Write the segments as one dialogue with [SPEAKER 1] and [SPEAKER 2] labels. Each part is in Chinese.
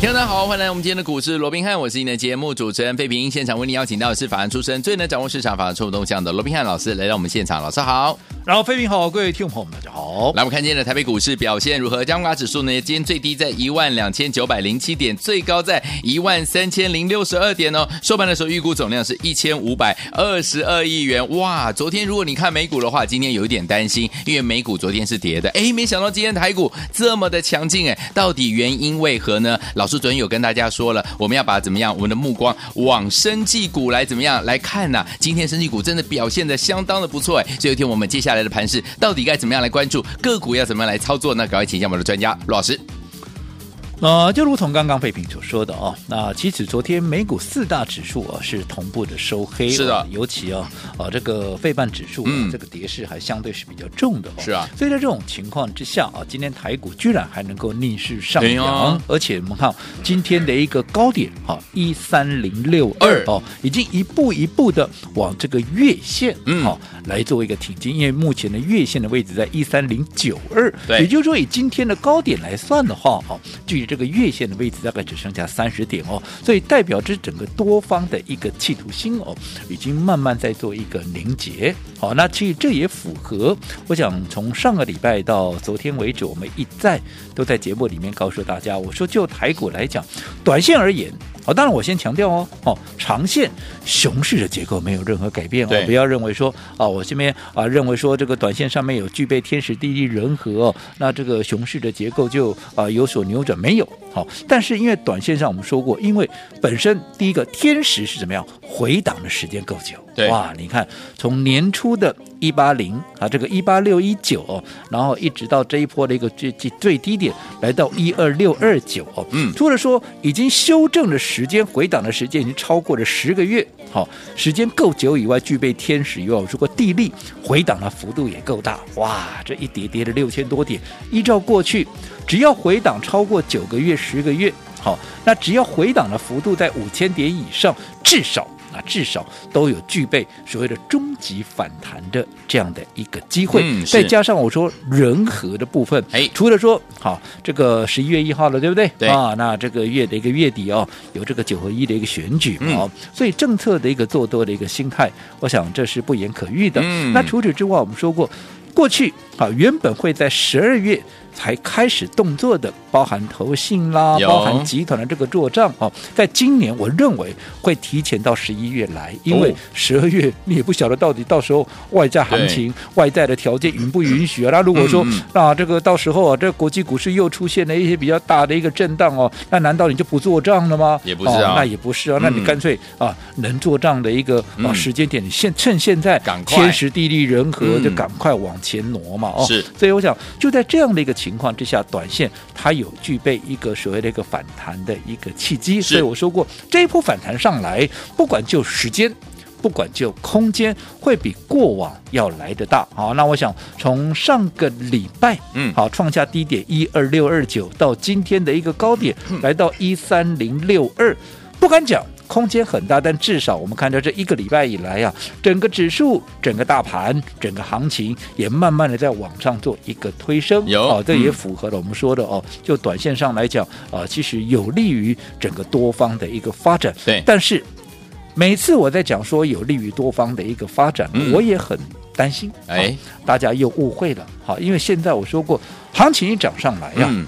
[SPEAKER 1] 听众大家好，欢迎来我们今天的股市罗宾汉，我是你的节目主持人费平。现场为你邀请到的是法案出身、最能掌握市场法案臭动向的罗宾汉老师来到我们现场，老师好。
[SPEAKER 2] 然后，飞平好，各位听众朋友们，大家好。
[SPEAKER 1] 来，我们看今天的台北股市表现如何？加权指数呢？今天最低在一万两千九百零七点，最高在一万三千零六十二点哦。收盘的时候，预估总量是一千五百二十二亿元。哇，昨天如果你看美股的话，今天有一点担心，因为美股昨天是跌的，哎，没想到今天台股这么的强劲，哎，到底原因为何呢？老师昨天有跟大家说了，我们要把怎么样，我们的目光往生技股来怎么样来看呐、今天生技股真的表现的相当的不错，哎，所以有一天我们接下来的盘势到底该怎么样来关注，个股要怎么样来操作呢？赶快请教我们的专家罗老师。
[SPEAKER 2] 呃，就如同刚刚费平所说的哦，那其实昨天美股四大指数啊是同步的收黑，
[SPEAKER 1] 是的
[SPEAKER 2] 哦尤其啊啊这个费半指数、啊
[SPEAKER 1] 嗯
[SPEAKER 2] 这个跌势还相对是比较重的、哦，
[SPEAKER 1] 是啊
[SPEAKER 2] 所以在这种情况之下啊，今天台股居然还能够逆势上
[SPEAKER 1] 哎呦
[SPEAKER 2] 扬，而且我们看今天的一个高点啊一三零六二
[SPEAKER 1] 二
[SPEAKER 2] 哦，已经一步一步的往这个月线
[SPEAKER 1] 嗯
[SPEAKER 2] 哦来做一个挺进，因为目前的月线的位置在一三零九二，
[SPEAKER 1] 对
[SPEAKER 2] 也就是说以今天的高点来算的话，哦，距离这个月线的位置大概只剩下三十点哦，所以代表这整个多方的一个企图心哦，已经慢慢在做一个凝结。好、那其实这也符合，我想从上个礼拜到昨天为止，我们一再都在节目里面告诉大家，我说就台股来讲，短线而言。好、当然我先强调哦，哦，长线熊市的结构没有任何改变哦
[SPEAKER 1] 对，
[SPEAKER 2] 不要认为说啊，我这边啊认为说这个短线上面有具备天时地利人和、哦，那这个熊市的结构就啊有所扭转，没有好、但是因为短线上我们说过，因为本身第一个天时是怎么样回档的时间够久，
[SPEAKER 1] 对
[SPEAKER 2] 哇，啊你看从年初的一八零啊，这个一八六一九哦，然后一直到这一波的一个最最最低点来到一二六二九哦，
[SPEAKER 1] 嗯
[SPEAKER 2] 除了说已经修正的时间、回档的时间已经超过了十个月，好、时间够久以外，具备天时以外，我说过地利回档的幅度也够大，哇，这一跌跌了六千多点，依照过去，只要回档超过九个月、十个月，好、那只要回档的幅度在五千点以上，至少。啊，至少都有具备所谓的终极反弹的这样的一个机会，
[SPEAKER 1] 嗯是
[SPEAKER 2] 再加上我说人和的部分，
[SPEAKER 1] 哎
[SPEAKER 2] 除了说好这个十一月一号了，对不对？
[SPEAKER 1] 对
[SPEAKER 2] 啊，那这个月的一个月底哦，有这个九合一的一个选举
[SPEAKER 1] 嗯
[SPEAKER 2] 哦，所以政策的一个做多的一个心态，我想这是不言可喻的。
[SPEAKER 1] 嗯
[SPEAKER 2] 那除此之外，我们说过。过去啊，原本会在十二月才开始动作的，包含投信啦，
[SPEAKER 1] 有
[SPEAKER 2] 包含集团的这个做账哦，在今年我认为会提前到十一月来，因为
[SPEAKER 1] 哦
[SPEAKER 2] 十二月你也不晓得到底到时候外在行情、外在的条件允不允许啊。那如果说
[SPEAKER 1] 嗯嗯
[SPEAKER 2] 那、这个到时候啊，这国际股市又出现了一些比较大的一个震荡哦，那难道你就不做账了吗？
[SPEAKER 1] 也不是啊
[SPEAKER 2] 哦那也不是啊，那你
[SPEAKER 1] 嗯
[SPEAKER 2] 干脆啊，能做账的一个啊
[SPEAKER 1] 嗯
[SPEAKER 2] 时间点，你现趁现在
[SPEAKER 1] 赶快
[SPEAKER 2] 天时地利人和，
[SPEAKER 1] 嗯
[SPEAKER 2] 就赶快往前挪嘛哦。
[SPEAKER 1] 是
[SPEAKER 2] 所以我想就在这样的一个情况之下，短线它有具备一个所谓的一个反弹的一个契机。
[SPEAKER 1] 是
[SPEAKER 2] 所以我说过，这一波反弹上来，不管就时间。不管就空间会比过往要来得大，好，那我想从上个礼拜，
[SPEAKER 1] 嗯
[SPEAKER 2] 好创下低点一二六二九到今天的一个高点，来到一三零六二，不敢讲空间很大，但至少我们看到这一个礼拜以来啊，整个指数、整个大盘、整个行情也慢慢的在往上做一个推升。
[SPEAKER 1] 有
[SPEAKER 2] 哦，这
[SPEAKER 1] 嗯
[SPEAKER 2] 也符合了我们说的哦，就短线上来讲啊、其实有利于整个多方的一个发展。
[SPEAKER 1] 对
[SPEAKER 2] 但是每次我在讲说有利于多方的一个发展，
[SPEAKER 1] 嗯
[SPEAKER 2] 我也很担心，
[SPEAKER 1] 哎
[SPEAKER 2] 啊大家又误会了。好，因为现在我说过，行情一涨上来哎呀、
[SPEAKER 1] 嗯，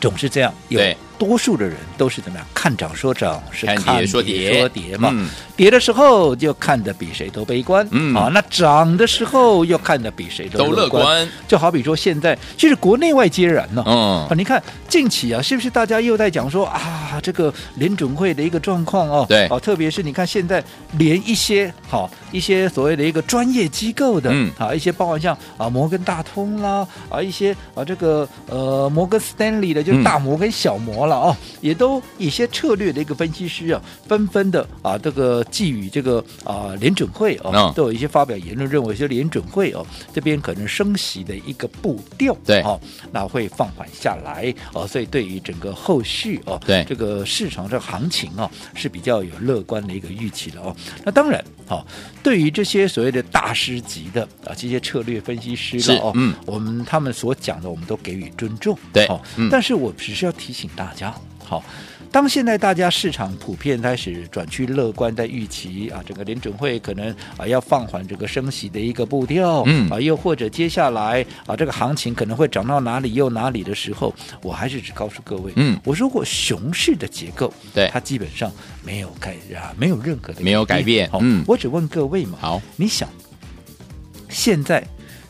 [SPEAKER 2] 总是这样，有
[SPEAKER 1] 对
[SPEAKER 2] 多数的人都是怎么样，看涨说涨，是
[SPEAKER 1] 看
[SPEAKER 2] 看
[SPEAKER 1] 跌说跌
[SPEAKER 2] 说跌嘛。
[SPEAKER 1] 嗯
[SPEAKER 2] 跌的时候就看得比谁都悲观，
[SPEAKER 1] 嗯
[SPEAKER 2] 啊，那涨的时候又看得比谁都
[SPEAKER 1] 都乐
[SPEAKER 2] 观。
[SPEAKER 1] 观，
[SPEAKER 2] 就好比说现在，其实国内外皆然呢、
[SPEAKER 1] 嗯
[SPEAKER 2] 啊，，你看近期啊，是不是大家又在讲说啊，哇，这个联准会的一个状况哦，
[SPEAKER 1] 对
[SPEAKER 2] 哦，特别是你看现在连一些好、一些所谓的一个专业机构的，
[SPEAKER 1] 嗯
[SPEAKER 2] 啊，一些包含像啊摩根大通啦，啊一些啊这个呃摩根斯丹利的，就
[SPEAKER 1] 嗯
[SPEAKER 2] 是大摩跟小摩了哦，也都一些策略的一个分析师啊，纷纷的啊这个寄予这个啊联准会哦，
[SPEAKER 1] 嗯
[SPEAKER 2] 都有一些发表言论，认为说联准会哦这边可能升息的一个步调，
[SPEAKER 1] 对
[SPEAKER 2] 哦，那会放缓下来哦，所以对于整个后续哦，
[SPEAKER 1] 对
[SPEAKER 2] 这个市场上行情哦是比较有乐观的一个预期的哦。那当然，哦，对于这些所谓的大师级的啊，这些策略分析师
[SPEAKER 1] 是
[SPEAKER 2] 了哦，
[SPEAKER 1] 嗯，
[SPEAKER 2] 我们他们所讲的，我们都给予尊重，
[SPEAKER 1] 对
[SPEAKER 2] 哦，
[SPEAKER 1] 嗯
[SPEAKER 2] 但是我只是要提醒大家，哦好、当现在大家市场普遍开始转趋乐观，在预期啊，整个联准会可能啊要放缓这个升息的一个步调，
[SPEAKER 1] 嗯
[SPEAKER 2] 啊，又或者接下来啊这个行情可能会涨到哪里又哪里的时候，我还是只告诉各位，
[SPEAKER 1] 嗯
[SPEAKER 2] 我说过熊市的结构，
[SPEAKER 1] 对
[SPEAKER 2] 它基本上没有改啊，没有任何的
[SPEAKER 1] 没有改变
[SPEAKER 2] 好
[SPEAKER 1] 嗯
[SPEAKER 2] 我只问各位嘛，
[SPEAKER 1] 好，
[SPEAKER 2] 你想现在。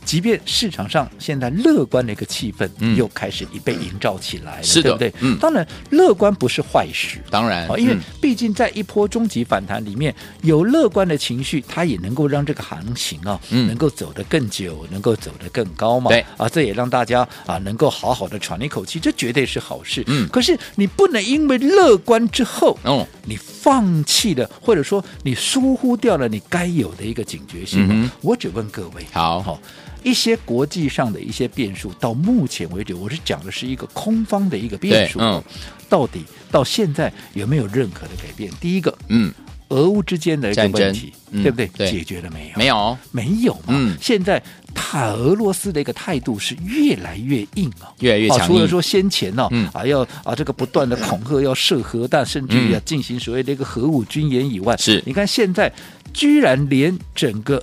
[SPEAKER 2] 即便市场上现在乐观的一个气氛
[SPEAKER 1] 嗯
[SPEAKER 2] 又开始一被营造起来了，
[SPEAKER 1] 是的
[SPEAKER 2] 对不对？
[SPEAKER 1] 嗯
[SPEAKER 2] 当然，乐观不是坏事，
[SPEAKER 1] 当然
[SPEAKER 2] 哦，因为
[SPEAKER 1] 嗯
[SPEAKER 2] 毕竟在一波终极反弹里面，有乐观的情绪，它也能够让这个行情啊、
[SPEAKER 1] 嗯
[SPEAKER 2] 能够走得更久，能够走得更高嘛。
[SPEAKER 1] 对
[SPEAKER 2] 啊，这也让大家啊能够好好的喘一口气，这绝对是好事。
[SPEAKER 1] 嗯
[SPEAKER 2] 可是你不能因为乐观之后，
[SPEAKER 1] 哦，
[SPEAKER 2] 你放弃了，或者说你疏忽掉了你该有的一个警觉性。啊
[SPEAKER 1] 嗯哼
[SPEAKER 2] 我只问各位，
[SPEAKER 1] 好
[SPEAKER 2] 好、一些国际上的一些变数，到目前为止，我是讲的是一个空方的一个变数，
[SPEAKER 1] 对嗯
[SPEAKER 2] 到底到现在有没有任何的改变？第一个，
[SPEAKER 1] 嗯，
[SPEAKER 2] 俄乌之间的一个
[SPEAKER 1] 战争
[SPEAKER 2] 问题，
[SPEAKER 1] 嗯
[SPEAKER 2] 对不对？
[SPEAKER 1] 对
[SPEAKER 2] 解决了没有？
[SPEAKER 1] 没有，
[SPEAKER 2] 没有嘛？
[SPEAKER 1] 嗯
[SPEAKER 2] 现在塔俄罗斯的一个态度是越来越硬啊、
[SPEAKER 1] 越来越
[SPEAKER 2] 啊
[SPEAKER 1] 强
[SPEAKER 2] 除了
[SPEAKER 1] 硬，
[SPEAKER 2] 说先前呢、
[SPEAKER 1] 嗯
[SPEAKER 2] 啊要啊这个不断的恐吓，要射核弹，甚至于啊进行所谓的一个核武军演以外，
[SPEAKER 1] 是
[SPEAKER 2] 你看现在居然连整个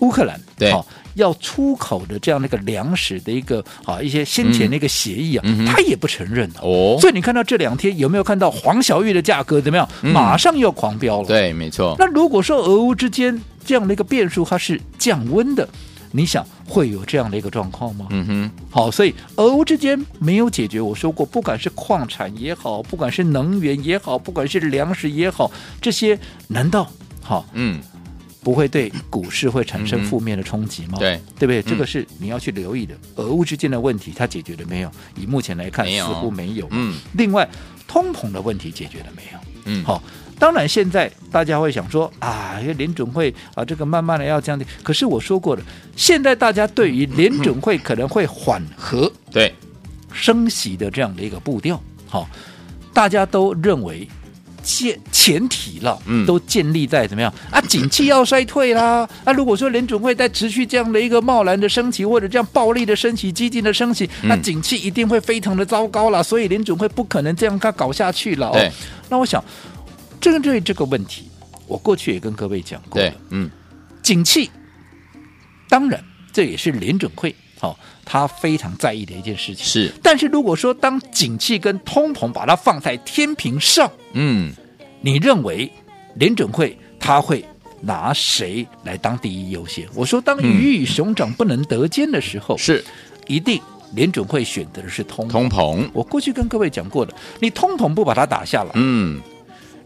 [SPEAKER 2] 乌克兰
[SPEAKER 1] 对
[SPEAKER 2] 好要出口的这样的一个粮食的一个啊一些先前的一个协议啊，
[SPEAKER 1] 嗯嗯哼
[SPEAKER 2] 他也不承认哦。
[SPEAKER 1] 哦，
[SPEAKER 2] 所以你看到这两天有没有看到黄小玉的价格怎么样？
[SPEAKER 1] 嗯
[SPEAKER 2] 马上要狂飙了。
[SPEAKER 1] 对，没错，
[SPEAKER 2] 那如果说俄乌之间这样的一个变数它是降温的，你想会有这样的一个状况吗？
[SPEAKER 1] 嗯哼，
[SPEAKER 2] 好，所以俄乌之间没有解决，我说过，不管是矿产也好，不管是能源也好，不管是粮食也好，这些难道好
[SPEAKER 1] 嗯，
[SPEAKER 2] 不会对股市会产
[SPEAKER 1] 嗯
[SPEAKER 2] 生
[SPEAKER 1] 哼
[SPEAKER 2] 负面的冲击吗？
[SPEAKER 1] 嗯对，
[SPEAKER 2] 对不对？这个是你要去留意的。俄乌之间的问题，它解决了没有？以目前来看，
[SPEAKER 1] 没
[SPEAKER 2] 似
[SPEAKER 1] 有
[SPEAKER 2] 乎没有。啊
[SPEAKER 1] 嗯，
[SPEAKER 2] 另外，通膨的问题解决了没有？
[SPEAKER 1] 嗯，
[SPEAKER 2] 好、当然现在大家会想说啊，因为联准会啊，这个慢慢的要降低。可是我说过了，现在大家对于联准会可能会缓和
[SPEAKER 1] 对，
[SPEAKER 2] 升息的这样的一个步调，好、大家都认为。前前提了
[SPEAKER 1] 嗯，
[SPEAKER 2] 都建立在怎么样啊？景气要衰退啦啊！如果说联准会在持续这样的一个贸然的升息，或者这样暴力的升息、激进的升息，
[SPEAKER 1] 嗯
[SPEAKER 2] 那景气一定会非常的糟糕了。所以联准会不可能这样它搞下去了、哦。
[SPEAKER 1] 对，
[SPEAKER 2] 那我想，针对这个问题，我过去也跟各位讲过了
[SPEAKER 1] 对，嗯，
[SPEAKER 2] 景气，当然这也是联准会好、哦，他非常在意的一件事情。
[SPEAKER 1] 是，
[SPEAKER 2] 但是如果说当景气跟通膨把它放在天平上，
[SPEAKER 1] 嗯，
[SPEAKER 2] 你认为联准会他会拿谁来当第一优先？我说，当鱼与熊掌不能得兼的时候，
[SPEAKER 1] 是
[SPEAKER 2] 一定联准会选择的是通膨。
[SPEAKER 1] 通膨，
[SPEAKER 2] 我过去跟各位讲过的，你通膨不把它打下来，
[SPEAKER 1] 嗯，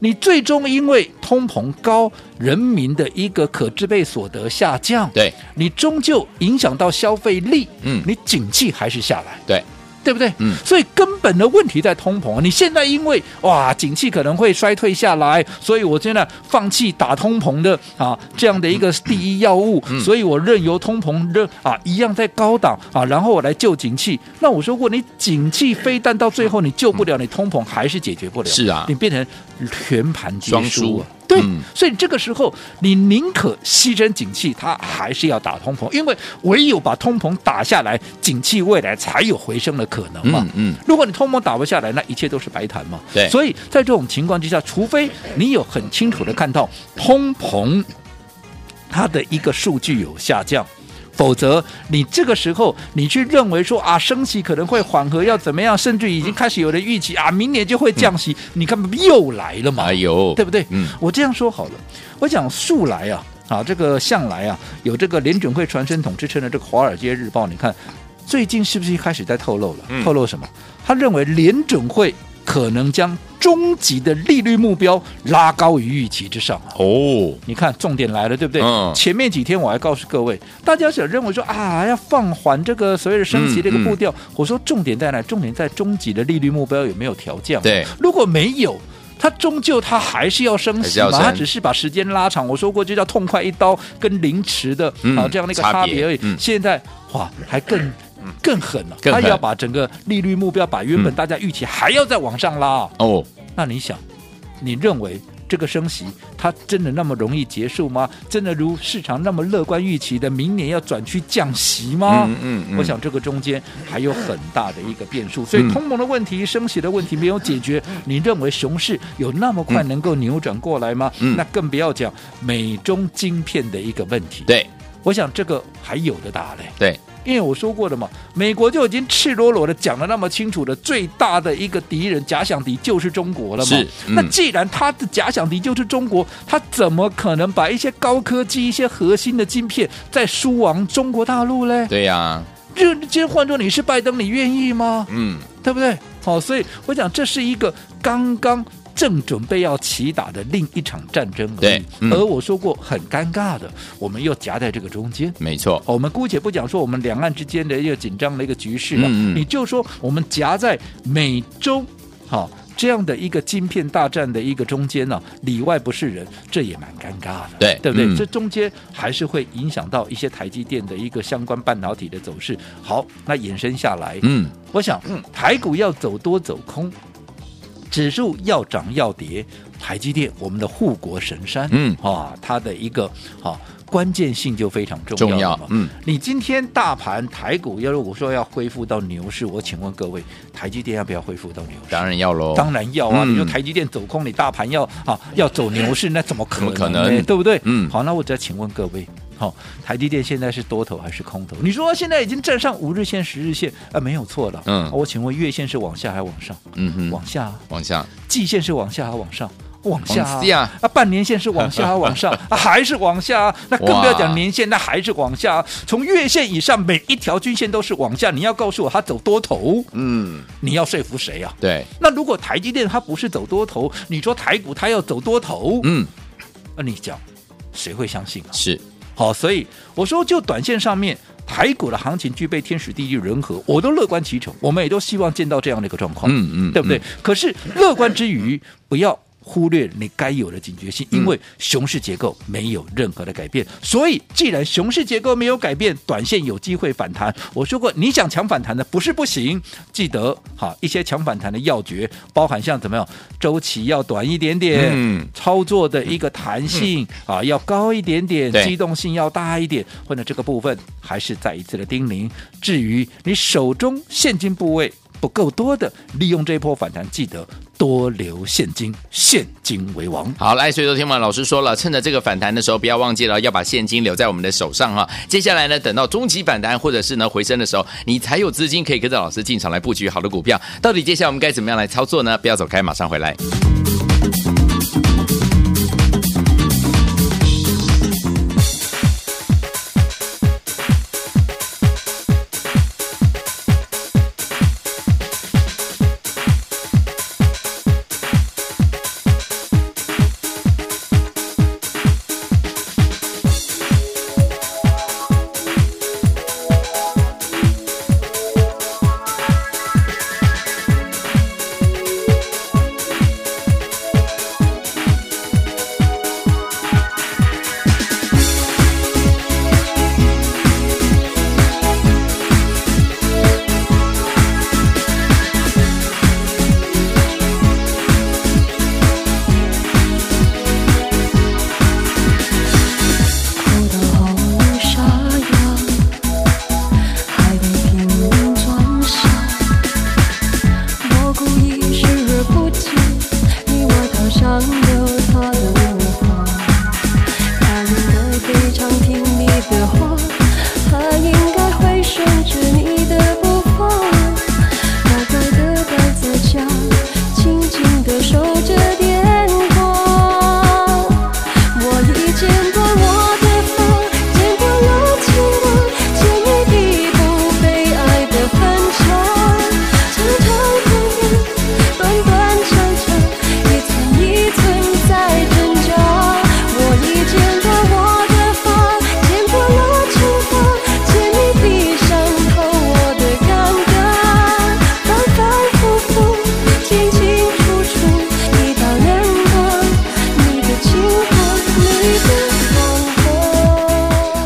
[SPEAKER 2] 你最终因为通膨高，人民的一个可支配所得下降，
[SPEAKER 1] 对，
[SPEAKER 2] 你终究影响到消费力，
[SPEAKER 1] 嗯
[SPEAKER 2] 你景气还是下来。
[SPEAKER 1] 对，
[SPEAKER 2] 对不对？
[SPEAKER 1] 嗯
[SPEAKER 2] 所以根本的问题在通膨。啊你现在因为哇，景气可能会衰退下来，所以我现在放弃打通膨的啊这样的一个第一要务，
[SPEAKER 1] 嗯
[SPEAKER 2] 所以我任由通膨任啊一样在高档啊，然后我来救景气。那我说过，你景气非但到最后你救不了，你通膨还是解决不了。
[SPEAKER 1] 嗯是啊
[SPEAKER 2] 你变成全盘皆
[SPEAKER 1] 双
[SPEAKER 2] 输
[SPEAKER 1] 输
[SPEAKER 2] 啊。对，
[SPEAKER 1] 嗯
[SPEAKER 2] 所以这个时候你宁可牺牲景气，它还是要打通膨，因为唯有把通膨打下来，景气未来才有回升的可能嘛。
[SPEAKER 1] 嗯嗯，
[SPEAKER 2] 如果你通膨打不下来，那一切都是白谈嘛。
[SPEAKER 1] 对
[SPEAKER 2] 所以在这种情况之下，除非你有很清楚的看到通膨它的一个数据有下降。否则，你这个时候你去认为说啊，升息可能会缓和，要怎么样，甚至已经开始有人预期啊，明年就会降息，
[SPEAKER 1] 嗯
[SPEAKER 2] 你看又来了嘛
[SPEAKER 1] 哎，呦，
[SPEAKER 2] 对不对？
[SPEAKER 1] 嗯，
[SPEAKER 2] 我这样说好了，我讲素来啊，啊，这个向来啊，有这个联准会传声筒之称的这个《华尔街日报》，你看最近是不是一开始在透露了？
[SPEAKER 1] 嗯
[SPEAKER 2] 透露什么？他认为联准会可能将终极的利率目标拉高于预期之上。
[SPEAKER 1] 哦，
[SPEAKER 2] 你看，重点来了，对不对？
[SPEAKER 1] 嗯
[SPEAKER 2] 前面几天我还告诉各位，大家想认为说啊，要放缓这个所谓的升息这个步
[SPEAKER 1] 嗯
[SPEAKER 2] 调。我说重点在哪？重点在终极的利率目标有没有调降？
[SPEAKER 1] 对
[SPEAKER 2] 如果没有。它终究它还是要升
[SPEAKER 1] 还是
[SPEAKER 2] 息
[SPEAKER 1] 要
[SPEAKER 2] 嘛，
[SPEAKER 1] 升
[SPEAKER 2] 它只是把时间拉长。我说过，这叫痛快一刀跟凌迟的、
[SPEAKER 1] 嗯
[SPEAKER 2] 啊这样的一个
[SPEAKER 1] 差
[SPEAKER 2] 差
[SPEAKER 1] 别
[SPEAKER 2] 别而已。
[SPEAKER 1] 嗯
[SPEAKER 2] 现在哇，还更更狠了、
[SPEAKER 1] 更
[SPEAKER 2] 它
[SPEAKER 1] 狠
[SPEAKER 2] 要把整个利率目标，把原本
[SPEAKER 1] 嗯
[SPEAKER 2] 大家预期还要再往上拉、哦。
[SPEAKER 1] 哦，
[SPEAKER 2] 那你想，你认为这个升息它真的那么容易结束吗？真的如市场那么乐观预期的，明年要转去降息吗？
[SPEAKER 1] 嗯嗯嗯
[SPEAKER 2] 啊我想这个中间还有很大的一个变数，所以
[SPEAKER 1] 嗯
[SPEAKER 2] 通膨的问题、升息的问题没有解决，你认为熊市有那么快能够扭转过来吗？
[SPEAKER 1] 嗯
[SPEAKER 2] 那更不要讲美中晶片的一个问题。，
[SPEAKER 1] 对
[SPEAKER 2] 我想这个还有的打嘞。
[SPEAKER 1] 对，
[SPEAKER 2] 因为我说过了嘛，美国就已经赤裸裸的讲的那么清楚了，最大的一个敌人假想敌就是中国了嘛。
[SPEAKER 1] 是嗯
[SPEAKER 2] 那既然他的假想敌就是中国，他怎么可能把一些高科技、一些核心的晶片再输往中国大陆嘞？
[SPEAKER 1] 对呀、
[SPEAKER 2] 这今天换做你是拜登，你愿意吗？
[SPEAKER 1] 嗯，
[SPEAKER 2] 对不对？好、所以我讲这是一个刚刚正准备要起打的另一场战争而已。
[SPEAKER 1] 对嗯
[SPEAKER 2] 而我说过很尴尬的，我们又夹在这个中间。
[SPEAKER 1] 没错，
[SPEAKER 2] 哦我们姑且不讲说我们两岸之间的一个紧张的一个局势了，
[SPEAKER 1] 嗯嗯
[SPEAKER 2] 你就说我们夹在美中好、这样的一个晶片大战的一个中间呢、里外不是人，这也蛮尴尬的，
[SPEAKER 1] 对
[SPEAKER 2] 对不对？
[SPEAKER 1] 嗯
[SPEAKER 2] 这中间还是会影响到一些台积电的一个相关半导体的走势。好，那延伸下来，
[SPEAKER 1] 嗯，
[SPEAKER 2] 我想台股要走多走空，指数要涨要跌，台积电我们的护国神山，
[SPEAKER 1] 嗯
[SPEAKER 2] 啊，它的一个啊关键性就非常重要
[SPEAKER 1] 重要
[SPEAKER 2] 了嘛
[SPEAKER 1] 嗯，
[SPEAKER 2] 你今天大盘台股要如果说要恢复到牛市，我请问各位，台积电要不要恢复到牛市？
[SPEAKER 1] 当然要喽，
[SPEAKER 2] 当然要啊！
[SPEAKER 1] 嗯
[SPEAKER 2] 你说台积电走空，你大盘要啊要走牛市，那怎么可能呢？哎
[SPEAKER 1] 怎么可能
[SPEAKER 2] 对不对？
[SPEAKER 1] 嗯
[SPEAKER 2] 好，那我再请问各位，好、台积电现在是多头还是空头？你说现在已经站上五日线、十日线，啊，没有错了。
[SPEAKER 1] 嗯
[SPEAKER 2] 啊我请问月线是往下还往上？
[SPEAKER 1] 嗯哼，往
[SPEAKER 2] 往下啊。
[SPEAKER 1] 往下，
[SPEAKER 2] 季线是往下还往上？往下啊
[SPEAKER 1] 往下
[SPEAKER 2] 啊，半年线是往下 还往上啊，还是往下啊？那更不要讲年线，那还是往下啊。从月线以上每一条均线都是往下，你要告诉我它走多头，
[SPEAKER 1] 嗯，
[SPEAKER 2] 你要说服谁啊？
[SPEAKER 1] 对，
[SPEAKER 2] 那如果台积电它不是走多头，你说台股它要走多头，
[SPEAKER 1] 嗯，
[SPEAKER 2] 那你讲谁会相信啊？
[SPEAKER 1] 是，
[SPEAKER 2] 好，所以我说就短线上面。台股的行情具备天时地利人和，我都乐观其成，我们也都希望见到这样的一个状况，
[SPEAKER 1] 嗯嗯
[SPEAKER 2] 对不对？可是乐观之余，不要忽略你该有的警觉性，因
[SPEAKER 1] 嗯
[SPEAKER 2] 为熊市结构没有任何的改变，所以既然熊市结构没有改变，短线有机会反弹。我说过，你想抢反弹的不是不行，记得哈一些抢反弹的要诀，包含像怎么样，周期要短一点点，
[SPEAKER 1] 嗯
[SPEAKER 2] 操作的一个弹性、啊要高一点点，
[SPEAKER 1] 对
[SPEAKER 2] 机动性要大一点，或者这个部分还是再一次的叮咛。至于你手中现金部位不够多的，利用这一波反弹，记得多留现金，现金为王。
[SPEAKER 1] 好，来，所以昨天我们老师说了，趁着这个反弹的时候，不要忘记了要把现金留在我们的手上哈。接下来呢，等到中期反弹或者是呢回升的时候，你才有资金可以跟着老师进场来布局好的股票。到底接下来我们该怎么样来操作呢？不要走开，马上回来。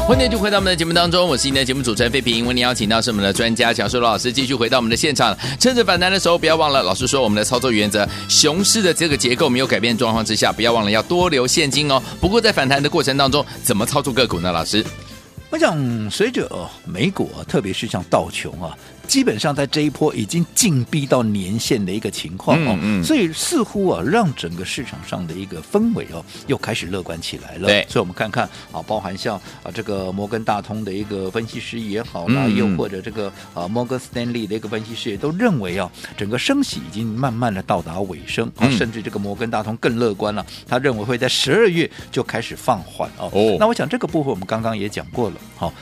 [SPEAKER 1] 欢迎就回到我们的节目当中，我是您的节目主持人费平。为您邀请到是我们的专家蒋硕罗老师，继续回到我们的现场。趁着反弹的时候，不要忘了，老师说我们的操作原则，熊市的这个结构没有改变状况之下，不要忘了要多留现金哦。不过在反弹的过程当中，怎么操作个股呢？老师，
[SPEAKER 2] 我想，随着呃美股啊，特别是像道琼啊，基本上在这一波已经紧逼到年限的一个情况哦，
[SPEAKER 1] 嗯嗯
[SPEAKER 2] 所以似乎啊，让整个市场上的一个氛围哦，又开始乐观起来了。
[SPEAKER 1] 对
[SPEAKER 2] 所以我们看看啊，包含像啊这个摩根大通的一个分析师也好啦，
[SPEAKER 1] 嗯嗯
[SPEAKER 2] 又或者这个啊摩根斯丹利的一个分析师也都认为啊，整个升息已经慢慢的到达尾声，啊
[SPEAKER 1] 嗯
[SPEAKER 2] 甚至这个摩根大通更乐观了，他认为会在十二月就开始放缓哦。
[SPEAKER 1] 哦
[SPEAKER 2] 那我想这个部分我们刚刚也讲过了，好、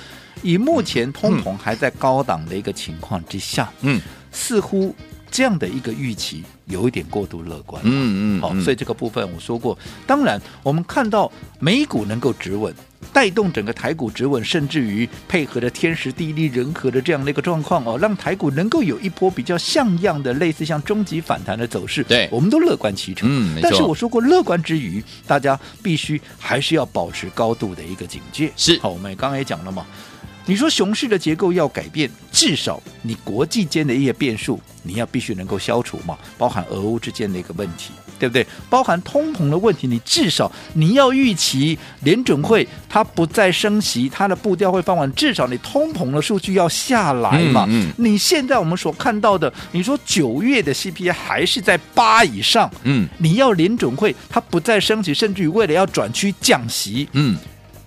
[SPEAKER 2] 以目前通膨还在高档的一个情况之下，
[SPEAKER 1] 嗯
[SPEAKER 2] 似乎这样的一个预期有一点过度乐观。
[SPEAKER 1] 嗯嗯，
[SPEAKER 2] 好、
[SPEAKER 1] 嗯
[SPEAKER 2] 所以这个部分我说过，当然我们看到美股能够止稳。带动整个台股止稳，甚至于配合着天时地利人和的这样的一个状况哦，让台股能够有一波比较像样的类似像终极反弹的走势，
[SPEAKER 1] 对
[SPEAKER 2] 我们都乐观其成。
[SPEAKER 1] 嗯，没
[SPEAKER 2] 但是我
[SPEAKER 1] 错，
[SPEAKER 2] 说过，乐观之余，大家必须还是要保持高度的一个警戒。
[SPEAKER 1] 是
[SPEAKER 2] 好，我们刚刚也讲了嘛，你说熊市的结构要改变，至少你国际间的一些变数，你要必须能够消除嘛，包含俄乌之间的一个问题，对不对？包含通膨的问题，你至少你要预期联准会它不再升息，它的步调会放缓，至少你通膨的数据要下来嘛。
[SPEAKER 1] 嗯嗯
[SPEAKER 2] 你现在我们所看到的，你说九月的 CPI 还是在八以上，
[SPEAKER 1] 嗯
[SPEAKER 2] 你要联准会它不再升息，甚至于为了要转趋降息，
[SPEAKER 1] 嗯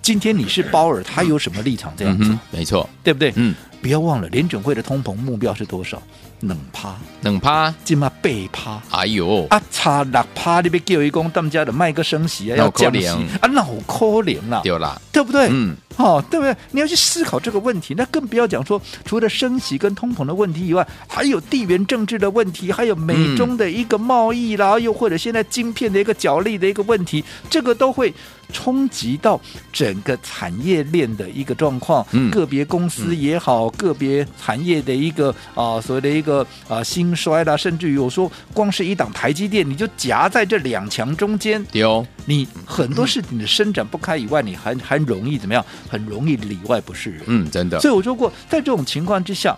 [SPEAKER 2] 今天你是鲍尔，他有什么立场这样
[SPEAKER 1] 嗯
[SPEAKER 2] 做？
[SPEAKER 1] 哼，没错，
[SPEAKER 2] 对不对？
[SPEAKER 1] 嗯，
[SPEAKER 2] 不要忘了，联准会的通膨目标是多少？冷趴，
[SPEAKER 1] 冷趴，
[SPEAKER 2] 今嘛背趴。
[SPEAKER 1] 哎呦，
[SPEAKER 2] 啊，差六趴，你别叫一公，他们家的卖个升息啊，要
[SPEAKER 1] 脑壳
[SPEAKER 2] 降息
[SPEAKER 1] 凉
[SPEAKER 2] 啊，脑壳脸啦，
[SPEAKER 1] 丢啦，
[SPEAKER 2] 对不对？
[SPEAKER 1] 嗯
[SPEAKER 2] 哦，对不对？你要去思考这个问题，那更不要讲说除了升息跟通膨的问题以外，还有地缘政治的问题，还有美中的一个贸易啦，又或者现在晶片的一个角力的一个问题，这个都会冲击到整个产业链的一个状况，
[SPEAKER 1] 嗯
[SPEAKER 2] 个别公司也好，个别产业的一个啊、所谓的一个啊、兴衰啦，甚至于我说光是一档台积电，你就夹在这两强中间，
[SPEAKER 1] 丢，
[SPEAKER 2] 你很多事情你伸展不开以外，你还还容易怎么样？很容易里外不是人。
[SPEAKER 1] 嗯，真的，
[SPEAKER 2] 所以我说过，在这种情况之下，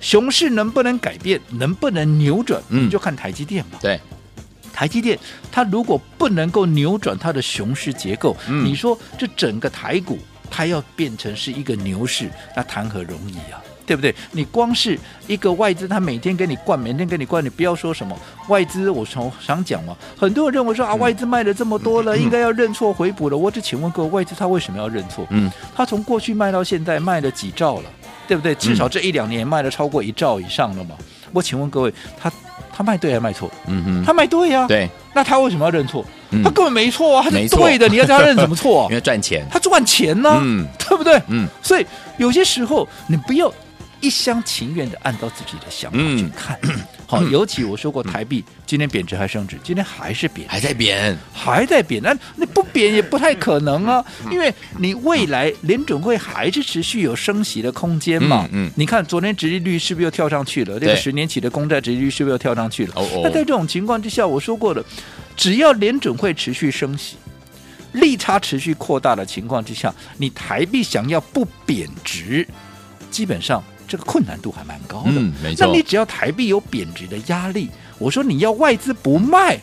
[SPEAKER 2] 熊市能不能改变，能不能扭转，
[SPEAKER 1] 嗯
[SPEAKER 2] 你就看台积电吧。
[SPEAKER 1] 对，
[SPEAKER 2] 台积电它如果不能够扭转它的熊市结构，
[SPEAKER 1] 嗯
[SPEAKER 2] 你说这整个台股它要变成是一个牛市，那谈何容易啊？对不对？你光是一个外资，它每天给你灌，每天给你灌，你不要说什么外资，我常常讲嘛，很多人认为
[SPEAKER 1] 嗯
[SPEAKER 2] 说啊，外资卖了这么多了，应该要认错回补了。我只请问各位，外资它为什么要认错？
[SPEAKER 1] 嗯，
[SPEAKER 2] 它从过去卖到现在卖了几兆了，对
[SPEAKER 1] 嗯
[SPEAKER 2] 不对？至少这一两年也卖了超过一兆以上了嘛。我请问各位，它它卖对还是卖错？
[SPEAKER 1] 嗯哼，
[SPEAKER 2] 他卖对啊呀、，
[SPEAKER 1] 对，
[SPEAKER 2] 那他为什么要认错？
[SPEAKER 1] 嗯
[SPEAKER 2] 他根本没错啊，他
[SPEAKER 1] 没
[SPEAKER 2] 是
[SPEAKER 1] 错
[SPEAKER 2] 对的，你要叫他认什么错、
[SPEAKER 1] 因为赚钱，
[SPEAKER 2] 他赚钱呢、
[SPEAKER 1] 嗯
[SPEAKER 2] 对不对？
[SPEAKER 1] 嗯
[SPEAKER 2] 所以有些时候你不要一厢情愿的按照自己的想法
[SPEAKER 1] 嗯
[SPEAKER 2] 去看。 好，尤其我说过，台币今天贬值还升值，今天还是贬，
[SPEAKER 1] 还在贬，
[SPEAKER 2] 还在贬。那你不贬也不太可能啊，
[SPEAKER 1] 嗯
[SPEAKER 2] 因为你未来联准会还是持续有升息的空间嘛。
[SPEAKER 1] 嗯嗯
[SPEAKER 2] 你看昨天殖利率是不是又跳上去了？这
[SPEAKER 1] 对
[SPEAKER 2] 个十年期的公债殖利率是不是又跳上去了？
[SPEAKER 1] 哦
[SPEAKER 2] 那在
[SPEAKER 1] 哦，
[SPEAKER 2] 这种情况之下，我说过了，只要联准会持续升息，利差持续扩大的情况之下，你台币想要不贬值，基本上这个困难度还蛮高的。
[SPEAKER 1] 嗯，没
[SPEAKER 2] 那
[SPEAKER 1] 错
[SPEAKER 2] 你，只要台币有贬值的压力，我说你要外资不卖，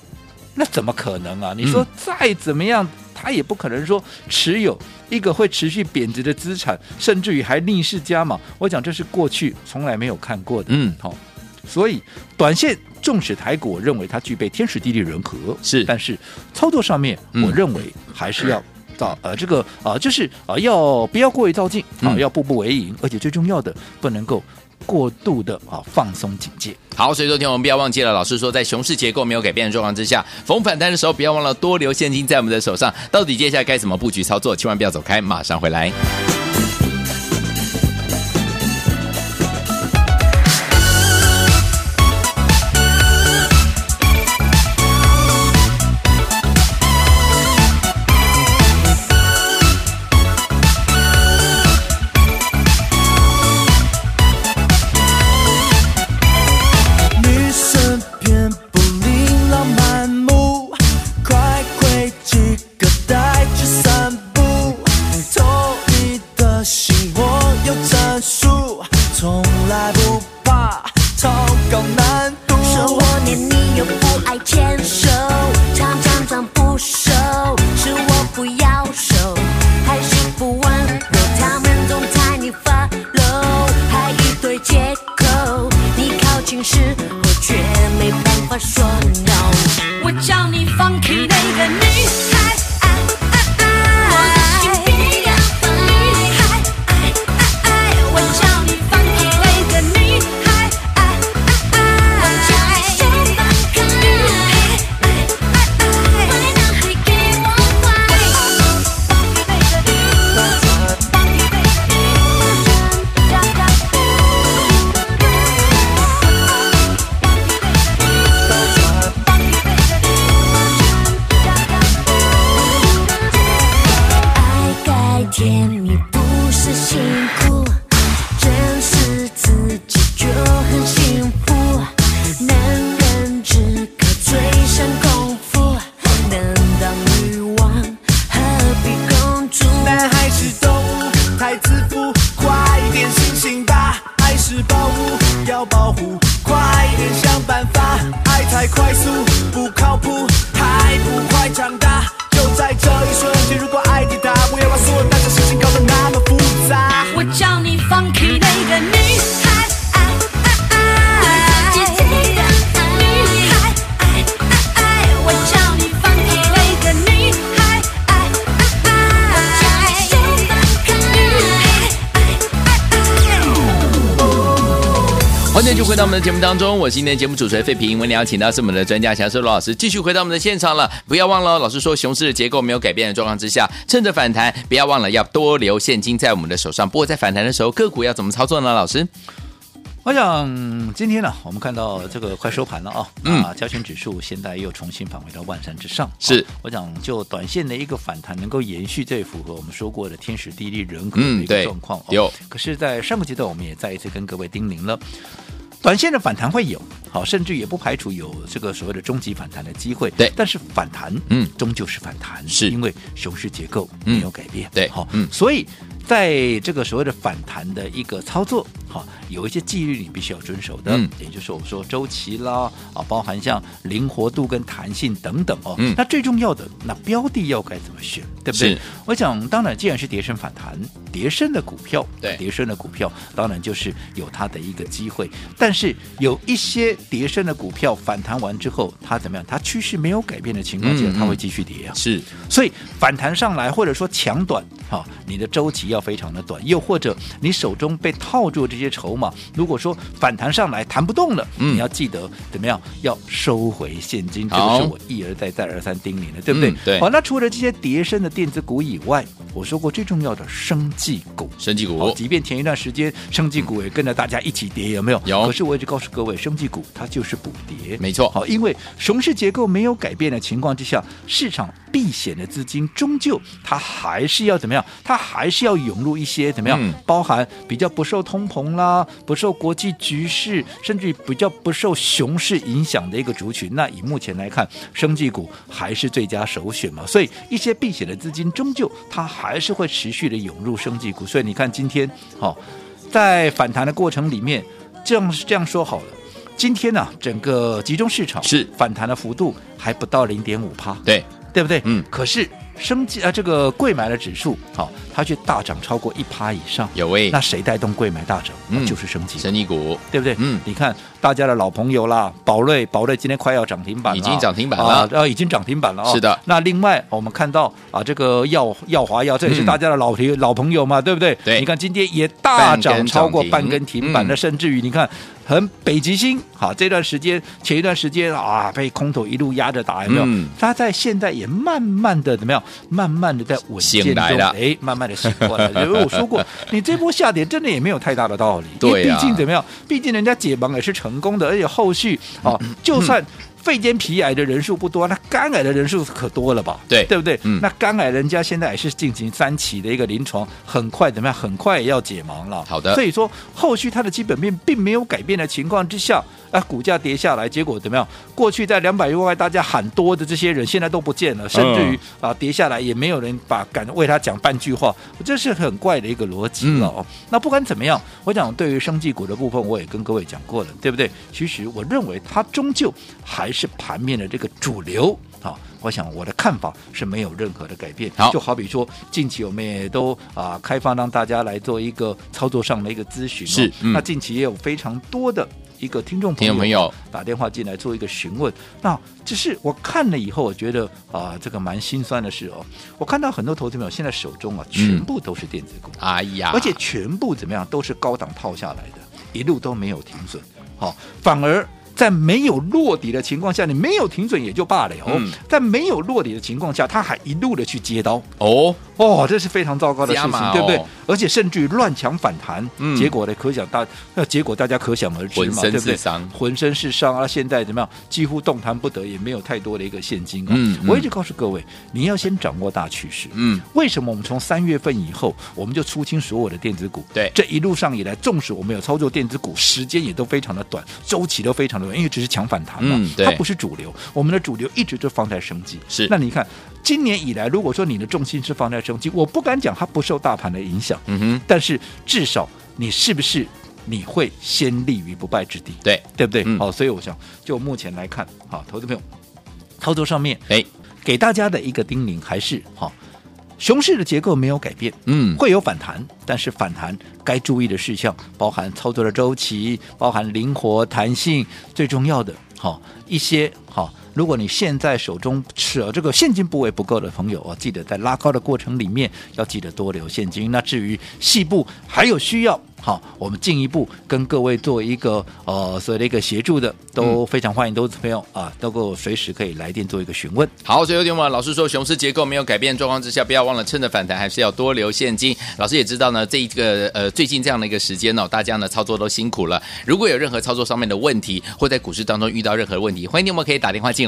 [SPEAKER 2] 那怎么可能
[SPEAKER 1] 嗯
[SPEAKER 2] 啊？你说再怎么样，他也不可能说持有一个会持续贬值的资产，甚至于还逆势加码。我讲这是过去从来没有看过的。
[SPEAKER 1] 嗯，
[SPEAKER 2] 好、所以短线纵使台股，我认为它具备天时地利人和，
[SPEAKER 1] 是
[SPEAKER 2] 但是操作上面，
[SPEAKER 1] 嗯
[SPEAKER 2] 我认为还是要。到呃，这个啊、呃就是啊、呃要不要过于照进啊、
[SPEAKER 1] 嗯
[SPEAKER 2] 要步步为营，而且最重要的，不能够过度的啊、放松警戒。
[SPEAKER 1] 好，所以昨天我们不要忘记了，老师说在熊市结构没有改变的状况之下，逢反弹的时候不要忘了多留现金在我们的手上。到底接下来该怎么布局操作？千万不要走开，马上回来。
[SPEAKER 3] 女生偏不琳琅满目，快快几个带去散步，偷一
[SPEAKER 4] 甜蜜不是辛苦，认识自己就很幸福。男人只靠嘴上功夫，能当女王何必公主？
[SPEAKER 3] 男孩是动物，太自负，快一点醒醒吧！爱是宝物，要保护，快一点想办法。爱太快速，不靠谱，还不快长大！就在这一瞬间，如果爱抵达，不要把所有大小事情搞得那么复杂。
[SPEAKER 4] 我叫你放弃那个女孩，爱自己的女孩，我叫你放弃那个女孩，我叫你先放开女孩。
[SPEAKER 1] 欢迎继续回到我们的节目当中，我是今天的节目主持人费平。我们邀请到是我们的专家强硕罗老师，继续回到我们的现场了。不要忘了哦，老师说熊市的结构没有改变的状况之下，趁着反弹，不要忘了要多留现金在我们的手上。不过在反弹的时候，个股要怎么操作呢？老师，
[SPEAKER 2] 我想今天呢，我们看到这个快收盘了啊，
[SPEAKER 1] 嗯
[SPEAKER 2] 啊，加权指数现在又重新返回到万三之上。
[SPEAKER 1] 是
[SPEAKER 2] 啊我想就短线的一个反弹能够延续，这也符合我们说过的天时地利人和的
[SPEAKER 1] 嗯
[SPEAKER 2] 一
[SPEAKER 1] 对
[SPEAKER 2] 个状况。哦
[SPEAKER 1] 有
[SPEAKER 2] 可是，在上个阶段，我们也再一次跟各位叮咛了。短线的反弹会有，好，甚至也不排除有这个所谓的终极反弹的机会。
[SPEAKER 1] 对
[SPEAKER 2] 但是反弹，
[SPEAKER 1] 嗯
[SPEAKER 2] 终究是反弹，
[SPEAKER 1] 是
[SPEAKER 2] 因为熊市结构没有改变，
[SPEAKER 1] 对
[SPEAKER 2] 好，
[SPEAKER 1] 嗯
[SPEAKER 2] 所以在这个所谓的反弹的一个操作，哈，有一些纪律你必须要遵守的，
[SPEAKER 1] 嗯
[SPEAKER 2] 也就是我们说周期啦，啊，包含像灵活度跟弹性等等哦。
[SPEAKER 1] 嗯
[SPEAKER 2] 那最重要的，那标的要该怎么选，对不对
[SPEAKER 1] 是？
[SPEAKER 2] 我想，当然，既然是跌升反弹，跌升的股票，
[SPEAKER 1] 对
[SPEAKER 2] 跌升的股票，当然就是有它的一个机会。但是有一些跌升的股票反弹完之后，它怎么样？它趋势没有改变的情况下
[SPEAKER 1] 嗯，嗯
[SPEAKER 2] 它会继续跌啊。
[SPEAKER 1] 是
[SPEAKER 2] 所以反弹上来，或者说强短，哈、你的周期要非常的短，又或者你手中被套住这些筹码，如果说反弹上来弹不动了，
[SPEAKER 1] 嗯
[SPEAKER 2] 你要记得怎么样，要收回现金，这
[SPEAKER 1] 好
[SPEAKER 2] 个是我一而再再而三叮咛的，对不对？
[SPEAKER 1] 嗯对
[SPEAKER 2] 好，那除了这些跌升的电子股以外，我说过最重要的生技股。
[SPEAKER 1] 生技
[SPEAKER 2] 好，
[SPEAKER 1] 股，
[SPEAKER 2] 即便前一段时间生技股也跟着大家一起跌，有没有？
[SPEAKER 1] 有
[SPEAKER 2] 可是我一直告诉各位，生技股它就是补跌，
[SPEAKER 1] 没错
[SPEAKER 2] 好，哦因为熊市结构没有改变的情况之下，市场避险的资金终究它还是要怎么样？它还是要涌入一些怎么样？
[SPEAKER 1] 嗯
[SPEAKER 2] 包含比较不受通膨啦，不受国际局势，甚至于比较不受熊市影响的一个族群。那以目前来看，生技股还是最佳首选嘛。所以一些避险的资金终究它还是会持续的涌入生技股。所以你看今天，好、在反弹的过程里面，这样这样说好了。今天呢、整个集中市场
[SPEAKER 1] 是
[SPEAKER 2] 反弹的幅度还不到零点五帕，
[SPEAKER 1] 对，
[SPEAKER 2] 对不对？
[SPEAKER 1] 嗯。
[SPEAKER 2] 可是升级啊，这个贵买的指数，好、它却大涨超过一趴以上。
[SPEAKER 1] 有位
[SPEAKER 2] 那谁带动贵买大涨？
[SPEAKER 1] 嗯
[SPEAKER 2] 就是升级，
[SPEAKER 1] 生技股，
[SPEAKER 2] 对不对？
[SPEAKER 1] 嗯
[SPEAKER 2] 你看大家的老朋友啦，宝瑞，宝瑞今天快要涨停板了，
[SPEAKER 1] 已经涨停板了
[SPEAKER 2] 啊，啊已经涨停板了、哦。
[SPEAKER 1] 是的
[SPEAKER 2] 那另外我们看到啊，这个耀耀华耀，这也是
[SPEAKER 1] 嗯
[SPEAKER 2] 大家的老朋、老朋友嘛，对不对？
[SPEAKER 1] 对
[SPEAKER 2] 你看今天也大
[SPEAKER 1] 半
[SPEAKER 2] 涨
[SPEAKER 1] 根
[SPEAKER 2] 超过
[SPEAKER 1] 涨停
[SPEAKER 2] 半根停板
[SPEAKER 1] 嗯
[SPEAKER 2] 那甚至于你看。很北极星，好这段时间前一段时间啊，被空头一路压着打，有没有？
[SPEAKER 1] 嗯
[SPEAKER 2] 它在现在也慢慢的怎么样？慢慢的在稳健
[SPEAKER 1] 醒
[SPEAKER 2] 中，
[SPEAKER 1] 来了
[SPEAKER 2] 哎，慢慢的醒过来了。因为我说过，你这波下跌真的也没有太大的道理，因为
[SPEAKER 1] 对啊
[SPEAKER 2] 毕竟怎么样？毕竟人家解盲也是成功的，而且后续
[SPEAKER 1] 嗯
[SPEAKER 2] 啊，就算肺间皮癌的人数不多，那肝癌的人数可多了吧？
[SPEAKER 1] 对
[SPEAKER 2] 对不对？
[SPEAKER 1] 嗯
[SPEAKER 2] 那肝癌人家现在也是进行三期的一个临床，很快怎么样？很快也要解盲了。
[SPEAKER 1] 好的
[SPEAKER 2] 所以说后续它的基本面并没有改变的情况之下，啊，股价跌下来，结果怎么样？过去在两百多块大家喊多的这些人，现在都不见
[SPEAKER 1] 嗯
[SPEAKER 2] 了，甚至于、啊跌下来也没有人把敢为他讲半句话，这是很怪的一个逻辑
[SPEAKER 1] 嗯
[SPEAKER 2] 了哦。那不管怎么样，我讲对于生技股的部分，我也跟各位讲过了，对不对？其实我认为它终究还是盘面的这个主流啊。我想我的看法是没有任何的改变，
[SPEAKER 1] 好
[SPEAKER 2] 就好比说近期我们也都啊、开放让大家来做一个操作上的一个咨询、哦，
[SPEAKER 1] 是嗯
[SPEAKER 2] 那近期也有非常多的一个听众朋
[SPEAKER 1] 听
[SPEAKER 2] 友
[SPEAKER 1] 众朋友，
[SPEAKER 2] 打电话进来做一个询问。那只是我看了以后，我觉得啊、这个蛮心酸的事哦。我看到很多投资朋友现在手中啊，
[SPEAKER 1] 嗯
[SPEAKER 2] 全部都是电子股，
[SPEAKER 1] 哎呀，
[SPEAKER 2] 而且全部怎么样都是高档套下来的，一路都没有停损，好、反而。在没有落底的情况下，你没有停损也就罢了、哦
[SPEAKER 1] 嗯
[SPEAKER 2] 在没有落底的情况下，他还一路的去接刀，
[SPEAKER 1] 哦，
[SPEAKER 2] 哦，这是非常糟糕的事
[SPEAKER 1] 加
[SPEAKER 2] 情
[SPEAKER 1] 码，哦
[SPEAKER 2] 对不对？而且甚至于乱抢反弹，
[SPEAKER 1] 嗯
[SPEAKER 2] 结果呢，可想大，那结果大家可想而知
[SPEAKER 1] 浑
[SPEAKER 2] 嘛，
[SPEAKER 1] 身
[SPEAKER 2] 对不对
[SPEAKER 1] 是伤？
[SPEAKER 2] 浑身是伤啊！现在怎么样？几乎动弹不得，也没有太多的一个现金啊。
[SPEAKER 1] 嗯嗯
[SPEAKER 2] 我一直告诉各位，你要先掌握大趋势。
[SPEAKER 1] 嗯，
[SPEAKER 2] 为什么我们从三月份以后，我们就出清所有的电子股？
[SPEAKER 1] 对
[SPEAKER 2] 这一路上以来，纵使我们有操作电子股，时间也都非常的短，周期都非常的短，因为只是抢反弹嘛，
[SPEAKER 1] 嗯对
[SPEAKER 2] 它不是主流。我们的主流一直就放在生机。
[SPEAKER 1] 是
[SPEAKER 2] 那你看今年以来，如果说你的重心是放在生机，我不敢讲它不受大盘的影响，
[SPEAKER 1] 嗯哼，
[SPEAKER 2] 但是至少你是不是你会先立于不败之地？
[SPEAKER 1] 对，
[SPEAKER 2] 对不对？
[SPEAKER 1] 嗯
[SPEAKER 2] 好，所以我想就目前来看，好，投资朋友操作上面
[SPEAKER 1] 哎，
[SPEAKER 2] 给大家的一个叮咛还是好。熊市的结构没有改变，
[SPEAKER 1] 嗯
[SPEAKER 2] 会有反弹，但是反弹该注意的事项包含操作的周期，包含灵活弹性，最重要的好、一些好、如果你现在手中持有这个现金部位不够的朋友哦，记得在拉高的过程里面要记得多留现金。那至于细部还有需要。好，我们进一步跟各位做一个呃所谓的一个协助的，都非常欢迎，都是朋友啊，都够随时可以来电做一个询问。
[SPEAKER 1] 好，所以有点晚。老师说，熊市结构没有改变状况之下，不要忘了趁着反弹，还是要多留现金。老师也知道呢，这一个呃最近这样的一个时间哦，大家呢操作都辛苦了。如果有任何操作上面的问题，或在股市当中遇到任何问题，欢迎你们可以打电话进